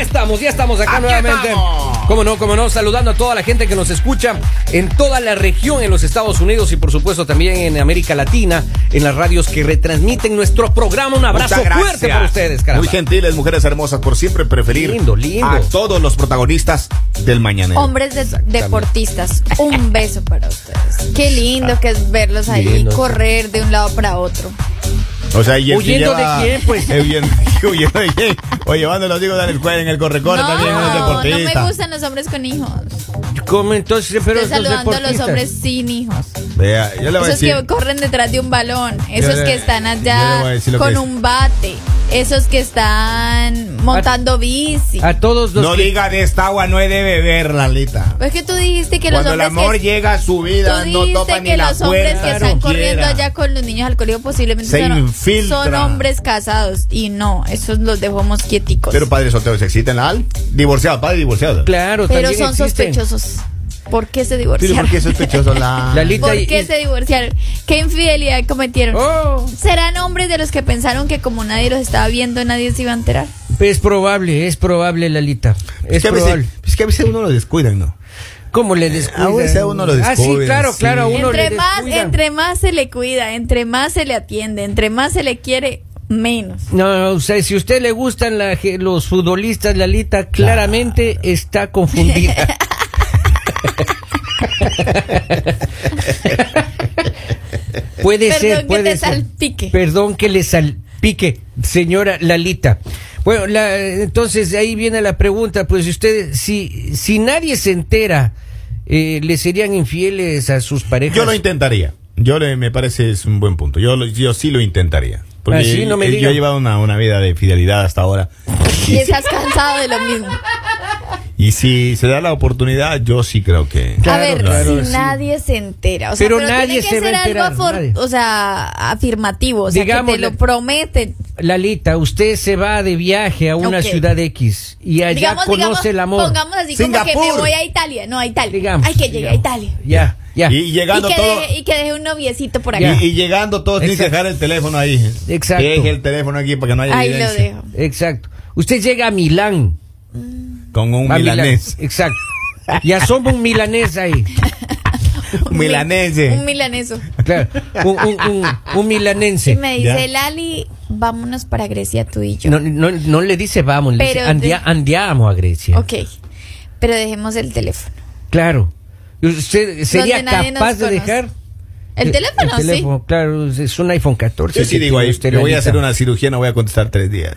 estamos, ya estamos acá Aquí nuevamente. estamos. Cómo no, cómo no, saludando a toda la gente que nos escucha en toda la región, en los Estados Unidos y por supuesto también en América Latina, en las radios que retransmiten nuestro programa. Un abrazo Muchas gracias. fuerte para ustedes, caramba. Muy gentiles, mujeres hermosas, por siempre preferir Lindo, lindo. a todos los protagonistas del mañanero. Hombres de- deportistas, un beso para ustedes. Qué lindo que es verlos ahí Bien, ¿no? correr de un lado para otro. O sea, y el que ¿Huyendo lleva- de quién, pues? Eh, huyendo- huyendo de quién. O llevando a los hijos a la escuela en el correcorre no, también unos no deportistas. me gustan los hombres con hijos. ¿Cómo entonces? Pero Estoy saludando a los deportistas? hombres sin hijos. Vea, yo le voy a Esos decir. que corren detrás de un balón, Yo esos le- que están yo le voy a allá decir lo que con es. un bate, esos que están montando bici. A todos los No que- digan esta agua no he de beber, Lalita. Pues que tú dijiste que los Cuando el hombres amor que llega a su Tú vida, no dijiste topa ni que la los hombres que puerta, están no corriendo quiera. allá con los niños al colegio posiblemente Se son, infiltra. son hombres casados y no, esos los dejamos quieticos. Pero padre soltero, ¿se excita en la al? Divorciado, padre divorciado. Claro, Pero también son existen. sospechosos. ¿Por qué se Pero divorciaron? ¿por qué es sospechoso la... Lalita, ¿Por Y- qué y- se divorciaron? ¿Qué infidelidad cometieron? Oh, ¿Serán hombres de los que pensaron que como nadie los estaba viendo, nadie se iba a enterar? es probable, es probable, Lalita. Es que a veces- probable. es que a veces uno lo descuidan, ¿no? ¿Cómo le descuidan? A veces a uno lo Ah, sí, descuidan, claro, sí. claro, a uno entre le más, descuidan. entre más se le cuida, entre más se le atiende, entre más se le quiere, menos. No, no, o sea, si a usted le gustan la ge- los futbolistas, Lalita, claramente está confundida. puede Perdón ser, que puede te ser. salpique. Perdón que le salpique, señora Lalita. Bueno, la- entonces ahí viene la pregunta, pues usted, si, si nadie se entera, eh, ¿le serían infieles a sus parejas? Yo lo intentaría. Yo le, me parece es un buen punto. Yo, lo- yo sí lo intentaría. Porque Ah, sí, no me eh, diga. yo he llevado una, una vida de fidelidad hasta ahora. Y estás cansado de lo mismo. Y si se da la oportunidad, yo sí creo que. Claro, a ver, claro, si sí. nadie se entera. O sea, Pero pero, nadie tiene que se va ser a enterar, algo afor- nadie. o sea, afirmativo. O sea, que Digámosle. te lo prometen. Lalita, usted se va de viaje a una Ok. ciudad X y allá digamos, conoce digamos, el amor. Pongamos así como que Singapur. me voy a Italia. No, a Italia. Digamos, Hay que llegar a digamos. Italia. Ya, ya. Y llegando y, que todo. deje, y que deje un noviecito por Y, acá. y llegando todos tienen que Exacto. dejar el teléfono ahí. Exacto. Deje el teléfono aquí para que no haya Ahí lo evidencia. dejo. Exacto. Usted llega a Milán. Con un A Milán. milanés. Exacto. Y asoma un milanés ahí. Un mil- milanese. Un milaneso. Claro. Un, un- un- un Y milanense. me Ya. dice, Lali, vámonos para Grecia tú y yo. No, no, no le dice vamos, le dice Pero "Andia- de- andiamo a Grecia. Ok. Pero dejemos el teléfono. Claro. Y ¿Usted sería Donde nadie nos capaz de conoce. dejar? El teléfono, sí. sí. Claro, es un iPhone 14. Yo sí que digo tiene ahí. usted, Yo voy a Lalita. hacer una cirugía, no voy a contestar tres días.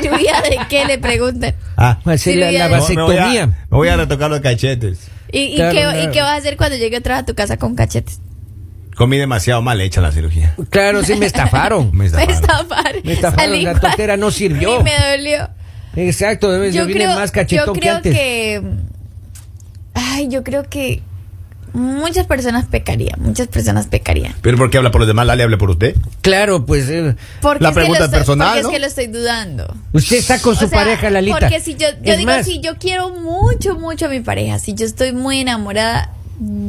¿Cirugía de qué? Le preguntan. Ah, Va a hacer la, la no, me, Cirugía de- voy a, Pues, vasectomía. me voy a retocar los cachetes. ¿Y, y Claro, qué, claro. ¿Y qué vas a hacer cuando llegue otra vez a tu casa con cachetes? Comí demasiado mal hecha la cirugía. Claro, sí, me estafaron. Me Me estafaron. estafaron. Me estafaron, Salí la cual- tontera no sirvió. Y me dolió. Exacto, debes Yo de creo, más cachetón yo que creo antes. que. mm, Ay, yo creo que. Muchas personas pecarían. Muchas personas pecarían. ¿Pero por qué habla por los demás? ¿Lali habla por usted? Claro, pues eh, Porque La es que lo pregunta estoy- personal, Porque ¿no? es que lo estoy dudando. usted está con su O sea, pareja, Lalita. Porque si yo, yo Es digo, más, si yo quiero mucho, mucho a mi pareja, si yo estoy muy enamorada,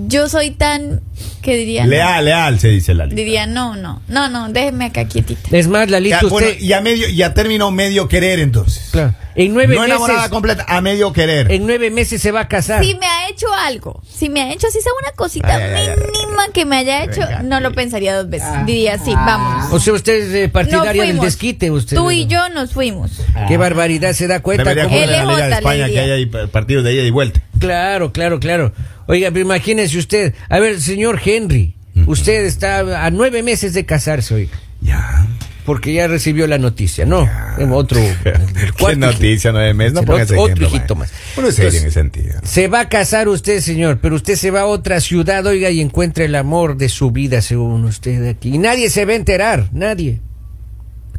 yo soy tan. que diría? no. Leal, leal, se dice Lali. Diría, no, no, no, no, déjeme acá quietita. es más, Lalita, Ya, usted bueno, ya medio, ya terminó medio querer entonces. claro, en nueve No enamorada meses, completa, a medio querer. en nueve meses se va a casar. Si me ha hecho algo, si me ha hecho así sea una cosita Ay, ay, ay, ay, mínima que me haya hecho, Venga, no lo sí. pensaría dos veces. Diría, sí, Ah. vamos. O sea, usted es eh, Nos partidaria del fuimos. desquite, usted. Tú y yo nos fuimos. Qué barbaridad, se da cuenta. Debería cómo- jugar en la Liga LJ de España le que diría. haya ahí pa- partidos de ida y vuelta. Claro, claro, claro. Oiga, pero imagínese usted, a ver, señor Henry, usted está a nueve meses de casarse, oiga, Ya. porque ya recibió la noticia, ¿no? En Otro, el Qué cuarto- noticia, nueve meses. No el pongas otro- otro hijito más. Uno es serio Entonces, en ese sentido. Se va a casar usted, señor, pero usted se va a otra ciudad, oiga, y encuentra el amor de su vida, según usted aquí. Y nadie se va a enterar, nadie.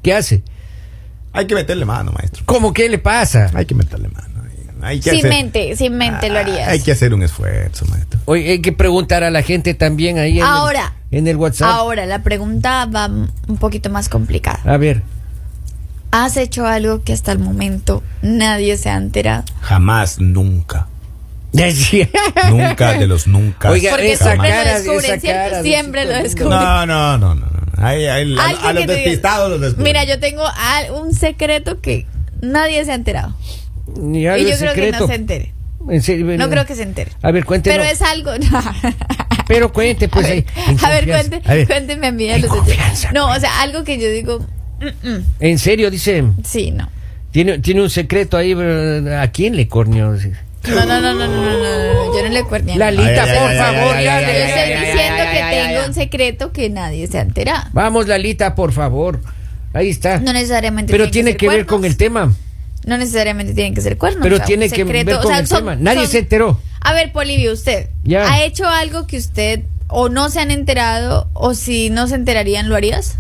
¿Qué hace? Hay que meterle mano, maestro. ¿Cómo que le pasa? Hay que meterle mano. Hay que Sin hacer- Ah, mente, sin mente lo harías. Hay que hacer un esfuerzo, maestro. Oye, hay que preguntar a la gente también ahí en, Ahora. el, en el WhatsApp. Ahora, la pregunta va un poquito más complicada. A ver, ¿Has hecho algo que hasta el momento nadie se ha enterado? Jamás, nunca. decía. Nunca de los nunca. Oiga, Porque esa siempre cara, lo descubren, esa ¿cierto? cara de siempre chico lo lindo. descubren. No, no, no, no. no. Ay, ay, a- Alguien a los que te diga, despistados los descubren. Mira, yo tengo al- un secreto que Nadie se ha enterado. Ni algo y yo creo que secreto. no se entere. En serio, No bueno, creo que se entere. A ver, cuéntenos. Pero es algo. Pero cuente, pues. a ver, ahí, en a ver, confianza. cuente, A ver, cuénteme a mí. a en los- confianza, no, o cuente. sea, algo que yo digo. "Mm, mm". En serio, dice. Sí, no. Tiene, tiene un secreto ahí, pero ¿a quién le corneó? No, no, no, no, no, no, no, no, Yo no le cuerné. Lalita, Ay, ay, por ay, favor, ay, ya, ay, ya, Yo ay, ya, ya, estoy ya, diciendo ya, que ya, tengo ya. un secreto que nadie se ha enterado. Vamos, Lalita, por favor. Ahí está. No necesariamente. Ah. pero tiene tienen que, ver ser con el cuernos. tema. No necesariamente tienen que ser cuernos. Pero o sea, tiene un que ver secreto, con o sea, el son- tema. Nadie son- se enteró. A ver, Polivio, usted Ya. ha hecho algo que usted o no se han enterado o si no se enterarían lo harías.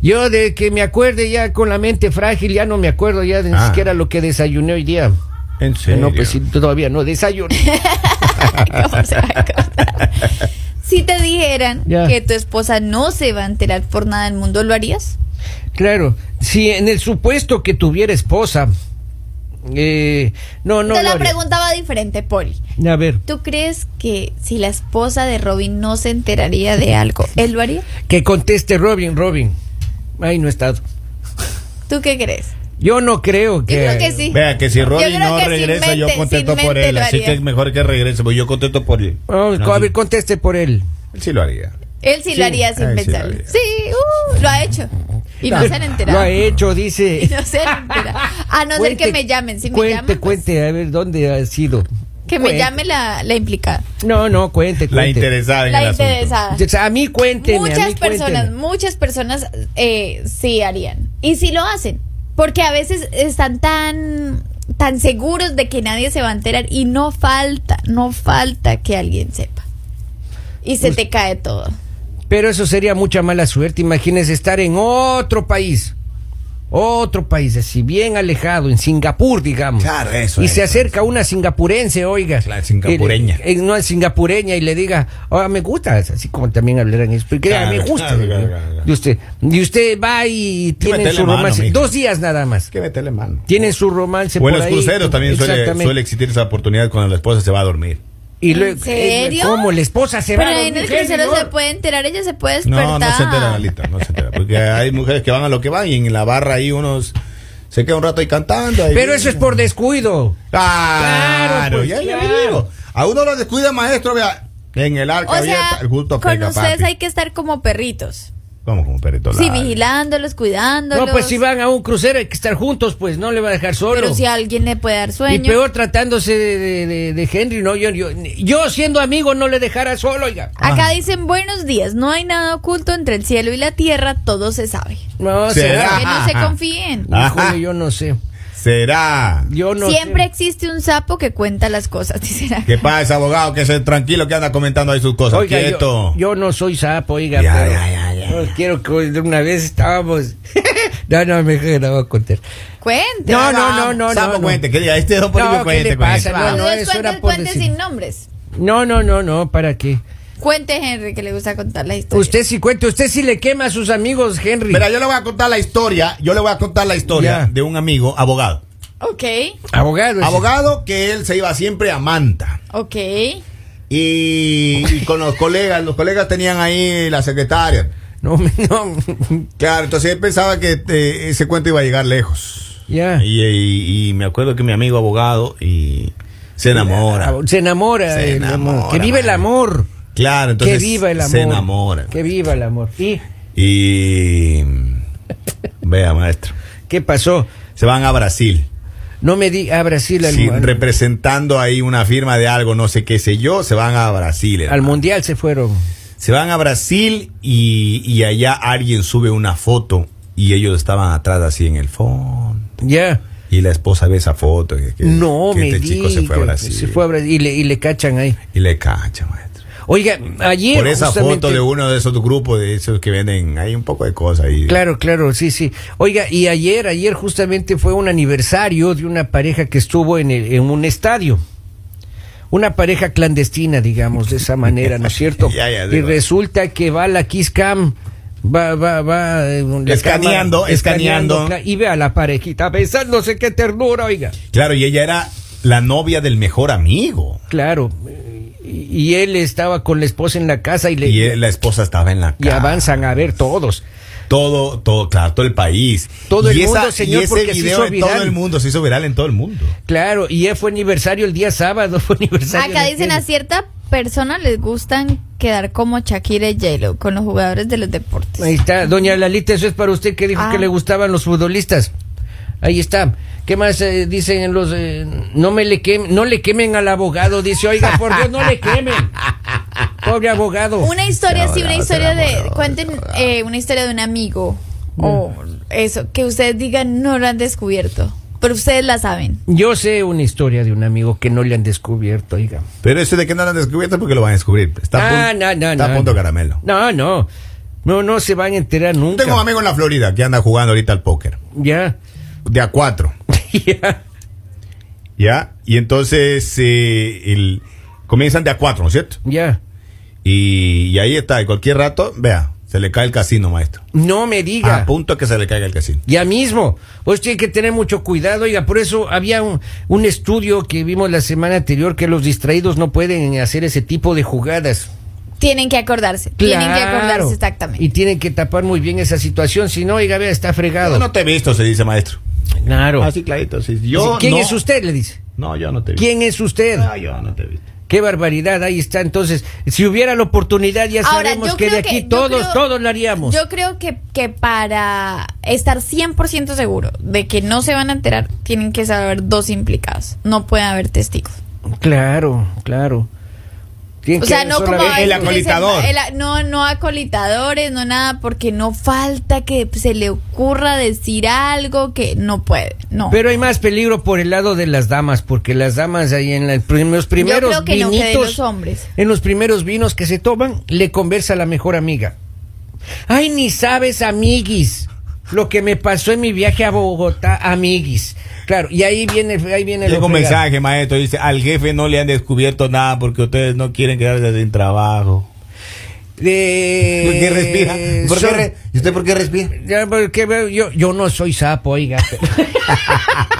Yo de que me acuerde ya con la mente frágil, ya no me acuerdo ya de ni Ah. siquiera lo que desayuné hoy día. En serio. No, pues sí, todavía no desayuné. ¿Cómo se va a acordar? si te dijeran Ya. que tu esposa no se va a enterar por nada del mundo, ¿lo harías? Claro, si en el supuesto que tuviera esposa, eh, no, no. te lo la haría. preguntaba diferente, Poli. A ver, ¿Tú crees que si la esposa de Robin no se enteraría de algo, él lo haría? que conteste Robin, Robin. Ahí no he estado. ¿Tú qué crees? Yo no creo Eh, que. Yo creo que sí. Vea que si Yo Robin creo no que sin regresa, yo mente- contesto sin por mente él. lo Así haría. que es mejor que regrese, porque yo contesto por él. Vamos, No, Oh, a sí. ver, conteste por él. Él sí lo haría. Él sí, Sí, lo haría sin él sí lo pensarlo. haría. Sí, uh, lo ha hecho. Y no se han enterado. Lo ha hecho, Y dice. no se han enterado. A no Cuente, ser que me llamen. Si me cuente, llaman, pues, cuente, a ver dónde ha sido. que me Cuente. llame la, la implicada. No, no, cuente, La cuente. interesada en el La asunto. interesada. A mí cuénteme, a mí Muchas personas, cuénteme. muchas personas eh, sí harían. Y sí lo hacen. Porque a veces están tan tan seguros de que nadie se va a enterar y no falta, no falta que alguien sepa. Y se te cae todo. Pero eso sería mucha mala suerte. Imagínense estar en otro país. Otro país, así bien alejado, en Singapur, digamos. Claro, eso, Y eso, se acerca una singapurense, oiga. Claro, singapureña. Y le- eh, no, es singapureña, y le diga, ah, me gusta, así como también hablarán eso. Porque ah, Claro, me gusta. claro, claro, claro. Y, usted, y usted va y tiene metele su mano, romance. mijo. Dos días nada más. Es que metele mano. Tienen su romance. O en por los ahí. cruceros también suele, Exactamente. suele existir esa oportunidad cuando la esposa se va a dormir. Y ¿En luego, eh, serio? ¿Cómo? La esposa se va Pero a ahí en el dormir, crucero señor. se puede enterar, ella se puede despertar. No, no se entera, Lalita, no se entera. Porque hay mujeres que van a lo que van y en la barra ahí unos se queda un rato ahí cantando. ahí- Pero eso es por descuido. Claro, Claro, pues, ya claro. le digo. A uno lo descuida, maestro, vea. En el arca O abierta, sea, el culto con pega, ustedes papi. hay que estar como perritos. Vamos como perrito. Sí, ladio. vigilándolos, cuidándolos. No, pues si van a un crucero hay que estar juntos, pues no le va a dejar solo. Pero si a alguien le puede dar y sueño. peor tratándose de, de- de- de Henry, no, yo, yo, yo siendo amigo no le dejara solo, oiga. Acá dicen buenos días, no hay nada oculto entre el cielo y la tierra, todo se sabe. No, ¿Será? será. Que no se confíen. Ajá. Híjole, yo no sé. Será. Yo no Siempre sé. existe un sapo que cuenta las cosas, dicen acá. ¿Qué pasa, abogado? Que se tranquilo que anda comentando ahí sus cosas. Oiga, Quieto. yo, yo no soy sapo, oiga, Ya, pero ya, ya, ya, no, ya. quiero que de una vez estábamos. no, no, mejor no voy a contar. Cuente. No, no, no, no, Sapo, no, no. cuente, que diga, este don Polibio, No, ¿qué cuente, le cuente. pasa? Va. no, no, Entonces eso era cuente, por cuente decir. sin nombres. No, no, no, no, ¿para qué? Cuente Henry que le gusta contar la historia. Usted sí cuenta, usted sí le quema a sus amigos, Henry. Mira, yo le voy a contar la historia, yo le voy a contar la historia Ya. de un amigo, abogado. Ok, Abogado. ese. Abogado que él se iba siempre a Manta. ok. Y, y con los colegas, los colegas tenían ahí la secretaria. No, me- no. Claro, entonces él pensaba que eh, ese cuento iba a llegar lejos. ya. Y, eh, y- y me acuerdo que mi amigo abogado y se enamora. Ah, Se enamora. Se el amor. enamora, Que viva el mano. amor. Claro, entonces que viva el amor. se enamora. Que viva el amor. ¿Y Y mm, vea, maestro. qué pasó? Se van a Brasil. No me di a Brasil al, Sí, al- representando ahí una firma de algo, no sé qué sé yo, se van a Brasil. al hermano. mundial se fueron. Se van a Brasil y, y allá alguien sube una foto y ellos estaban atrás así en el fondo. Ya. Y la esposa ve esa foto. Que, que- no, que me este di, chico se fue a que Brasil. se fue a Brasil y le, y le cachan ahí. Y le cacha, maestro. Oiga, ayer. Por esa justamente- foto de uno de esos grupos de esos que venden, hay un poco de cosas ahí. Claro, claro, sí, sí. Oiga, y ayer, ayer justamente fue un aniversario de una pareja que estuvo en, el- en un estadio. Una pareja clandestina, digamos, de esa manera, ¿no es cierto? Ya, ya, y digo. resulta que va la Kiss Cam, va, va, va. eh, la Escaneando, escaneando. cla- Y ve a la parejita besándose, qué ternura, oiga. Claro, y ella era la novia del mejor amigo. Claro. eh, Y, y él estaba con la esposa en la casa y le. Y él- la esposa estaba en la y casa. avanzan a ver todos. todo, todo, claro, todo el país. Todo el Y esa- mundo, señor, y ese porque se video hizo en viral. todo el mundo, se hizo viral en todo el mundo. Claro, y ya fue aniversario el día sábado, fue aniversario. Acá de dicen aquel. a cierta persona les gustan quedar como Shakira y J-Lo con los jugadores de los deportes. Ahí está, doña Lalita, eso es para usted que dijo Ah. que le gustaban los futbolistas. Ahí está. ¿Qué más eh, dicen en los eh, no me le quemen, no le quemen al abogado? Dice, "Oiga, por Dios, no le quemen." Pobre abogado. Una historia, Bravo, sí, una bravo, historia bravo, de. bravo, cuenten bravo. eh, una historia de un amigo o eso, que ustedes digan no lo han descubierto, pero ustedes la saben. Yo sé una historia de un amigo que no le han descubierto, oiga. Pero eso de que no lo han descubierto porque lo van a descubrir. Está a Ah, pun- no, no, está no. a punto caramelo. No, no. No, no se van a enterar Yo nunca. tengo un amigo en la Florida que anda jugando ahorita al póker. Ya. De a cuatro. ya. ¿Ya? Y entonces eh, el- comienzan de a cuatro, ¿no es cierto? Ya. Y, y ahí está, y cualquier rato, vea, se le cae el casino, maestro. No me diga. A punto que se le caiga el casino. Ya mismo. Pues tiene que tener mucho cuidado. Oiga, por eso había un, un estudio que vimos la semana anterior que los distraídos no pueden hacer ese tipo de jugadas. Tienen que acordarse, tienen que Claro. acordarse exactamente. Y tienen que tapar muy bien esa situación. Si no, oiga, vea, está fregado. Yo no te he visto, se dice, maestro. Claro. Así clarito, sí. Yo ¿Quién no- es usted? Le dice. No, yo no te he visto. ¿Quién es usted? No, yo no te he visto. Qué barbaridad, ahí está. Entonces, si hubiera la oportunidad, ya sabemos que de aquí yo todos, creo- todos la haríamos. Yo creo que, que para estar 100% seguro de que no se van a enterar, tienen que saber dos implicados. No puede haber testigos. Claro, claro. Tienen O que sea, haber no como solamente- a veces El dicen, acolitador. el- no, no acolitadores, no nada, porque no falta que se le ocurra decir algo que no puede. No. Pero hay más peligro por el lado de las damas, porque las damas ahí en, la- en los primeros creo que no, que de vinitos, los hombres. en los primeros vinos que se toman, le conversa la mejor amiga. Ay, ni sabes, amiguis, lo que me pasó en mi viaje a Bogotá, amiguis. Claro, y ahí viene, ahí viene lo Llega un fregado. mensaje, maestro, dice, al jefe no le han descubierto nada porque ustedes no quieren quedarse sin trabajo. Eh, ¿Por qué respira? ¿Por qué son- re- ¿Y usted por qué respira? Ya, porque veo- yo, yo no soy sapo, oiga.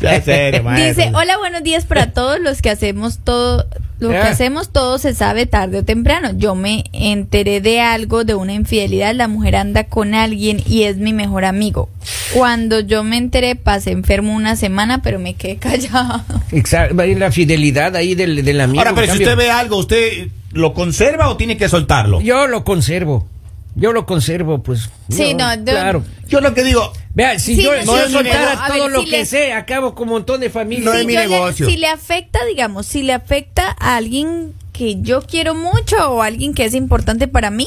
Ya sé, maestro. pues. Dice, hola, buenos días para todos los que hacemos todo. Lo que Eh. Ah. hacemos todo se sabe tarde o temprano. Yo me enteré de algo, de una infidelidad. La mujer anda con alguien y es mi mejor amigo. Cuando yo me enteré, pasé enfermo una semana, pero me quedé callado. Exacto, ahí la fidelidad ahí del, del amigo. Ahora, pero en si cambio, usted ve algo, ¿usted lo conserva o tiene que soltarlo? Yo, Yo lo conservo. Yo lo conservo, pues. Sí, no, de- claro. lo que digo, Vea, si Sí, yo, no, si no yo es mi soltara negocio. A ver, todo lo si que le- sé, acabo con un montón de familias. No es Si mi yo le- negocio. si le afecta, digamos, si le afecta a alguien que yo quiero mucho o alguien que es importante para mí,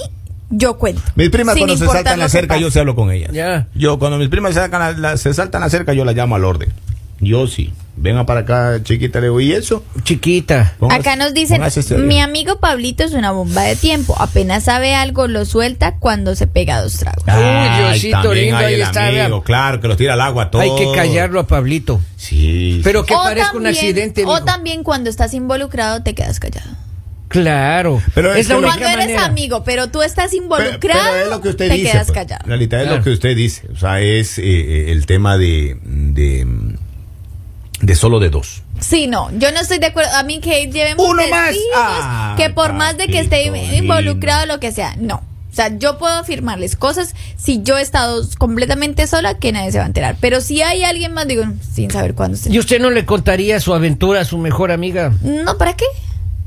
yo cuento. mis primas Sin cuando se importar saltan lo la que cerca, pase. yo se hablo con ellas. Ya. Yo, cuando mis primas se, sacan la- la- se saltan la cerca, yo las llamo al orden. Yo sí. Venga para acá, chiquita, le digo, ¿y eso? este Chiquita. Póngase- Acá nos dicen, póngase serio. mi amigo Pablito es una bomba de tiempo. Apenas sabe algo, lo suelta cuando se pega dos tragos. Uy, Ay, Diosito también lindo, hay ahí el está, amigo, vea. claro, que los tira al agua todo. Hay que callarlo a Pablito. Sí. Pero que O parezca un también- accidente. O mijo. también cuando estás involucrado te quedas callado. Claro. Pero es la que lo- única Cuando eres manera. amigo, pero tú estás Pero- involucrado, pero es lo que usted te dice. quedas pues. callado. En realidad es Claro. lo que usted dice. O sea, es eh, eh, el tema de, de, de solo de dos. Sí, no, yo no estoy de acuerdo. A mí que llevemos Uno testigos, más. Ah, que por más de que esté papito involucrado lindo. lo que sea, no. O sea, yo puedo afirmarles cosas si yo he estado completamente sola que nadie se va a enterar. Pero si hay alguien más, digo, sin saber cuándo se... ¿Y usted no le contaría su aventura a su mejor amiga? No, ¿para qué?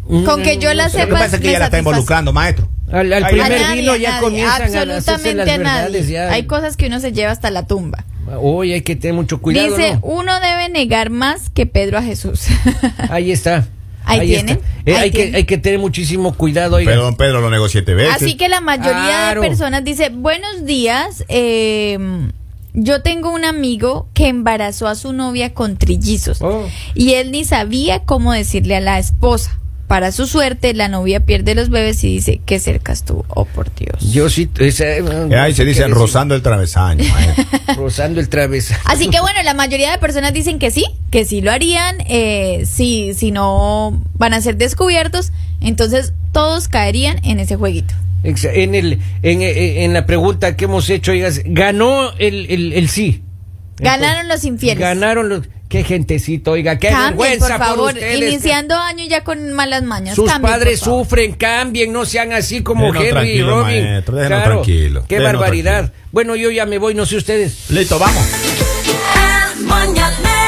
Mm, Con que yo la Lo sepa. que pasa es que me ella la está satisface. involucrando, maestro. Al, al Ay, primer A nadie, vino a ya nadie, comienzan a hacerse las absolutamente a nadie. verdades. Ya. Hay cosas que uno se lleva hasta la tumba. Hoy hay que tener mucho cuidado. Dice, ¿no? uno debe negar más que Pedro a Jesús. Ahí está. Ahí tienen, está. Eh, ahí hay, tienen. Que, hay que tener muchísimo cuidado. oiga. Pero don Pedro lo negó siete veces. Así que la mayoría Claro. de personas dice, buenos días, eh, yo tengo un amigo que embarazó a su novia con trillizos Oh. y él ni sabía cómo decirle a la esposa. Para su suerte, la novia pierde los bebés y dice, qué cerca estuvo, oh por Dios. Yo sí. esa- Eh, Ahí se ¿qué dice decir? rozando el travesaño, maestro. Rozando el travesaño. Así que bueno, la mayoría de personas dicen que sí, que sí lo harían, eh, si, si no van a ser descubiertos, entonces todos caerían en ese jueguito. Exa- En, el, en, eh, en la pregunta que hemos hecho, oigas, ganó el, el, el sí. Ganaron los infieles. Ganaron los. Qué gentecito, oiga, qué Cambien, vergüenza por favor. ustedes. Iniciando año ya con malas mañas. Sus Cambien, padres por favor. sufren, cambien, no sean así como Déjenos Henry y tranquilo, Robin. maestro, déjenos tranquilo, Qué déjenos barbaridad. Bueno, yo ya me voy, no sé ustedes. Listo, vamos. El mañanero